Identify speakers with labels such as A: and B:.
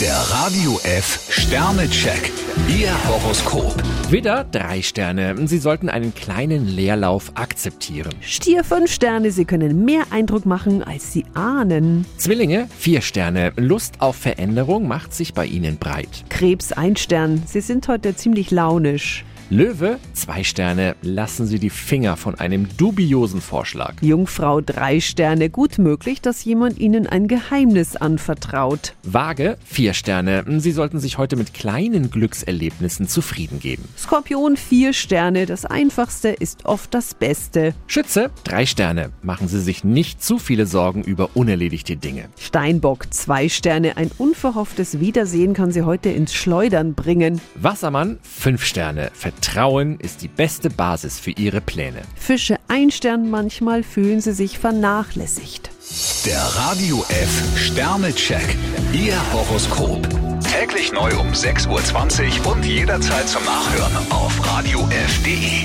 A: Der Radio F Sternecheck. Ihr Horoskop.
B: Widder, drei Sterne. Sie sollten einen kleinen Leerlauf akzeptieren.
C: Stier 5 Sterne, Sie können mehr Eindruck machen, als Sie ahnen.
B: Zwillinge, vier Sterne. Lust auf Veränderung macht sich bei Ihnen breit.
C: Krebs 1 Stern, Sie sind heute ziemlich launisch.
B: Löwe, zwei Sterne. Lassen Sie die Finger von einem dubiosen Vorschlag.
C: Jungfrau 3 Sterne, gut möglich, dass jemand Ihnen ein Geheimnis anvertraut.
B: Waage, vier Sterne. Sie sollten sich heute mit kleinen Glückserlebnissen zufrieden geben.
C: Skorpion 4 Sterne, das Einfachste ist oft das Beste.
B: Schütze, drei Sterne. Machen Sie sich nicht zu viele Sorgen über unerledigte Dinge.
C: Steinbock 2 Sterne, ein unverhofftes Wiedersehen kann Sie heute ins Schleudern bringen.
B: Wassermann, fünf Sterne. Vertrauen ist die beste Basis für Ihre Pläne.
C: Fische 1 Stern, manchmal fühlen Sie sich vernachlässigt.
A: Der Radio F Sternecheck. Ihr Horoskop. Täglich neu um 6.20 Uhr und jederzeit zum Nachhören auf Radio E. radiof.de.